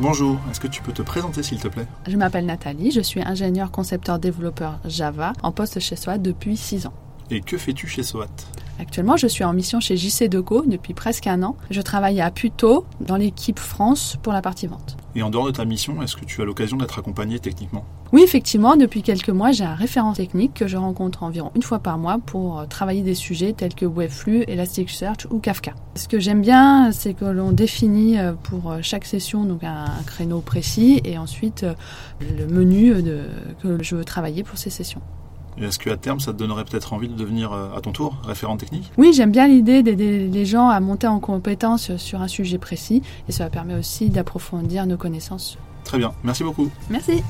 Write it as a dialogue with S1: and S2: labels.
S1: Bonjour, est-ce que tu peux te présenter s'il te plaît
S2: Je m'appelle Nathalie, je suis ingénieure concepteur développeur Java en poste chez SOAT depuis 6 ans.
S1: Et que fais-tu chez SOAT
S2: Actuellement, je suis en mission chez JC2Go depuis presque un an. Je travaille à Puto dans l'équipe France pour la partie vente.
S1: Et en dehors de ta mission, est-ce que tu as l'occasion d'être accompagné techniquement
S2: Oui, effectivement, depuis quelques mois, j'ai un référent technique que je rencontre environ une fois par mois pour euh, travailler des sujets tels que Webflux, Elasticsearch ou Kafka. Ce que j'aime bien, c'est que l'on définit euh, pour chaque session donc un créneau précis et ensuite euh, le menu de, que je veux travailler pour ces sessions.
S1: Est-ce qu'à terme, ça te donnerait peut-être envie de devenir, euh, à ton tour, référent technique
S2: Oui, j'aime bien l'idée d'aider les gens à monter en compétence sur un sujet précis et cela permet aussi d'approfondir nos connaissances.
S1: Très bien, merci beaucoup.
S2: Merci.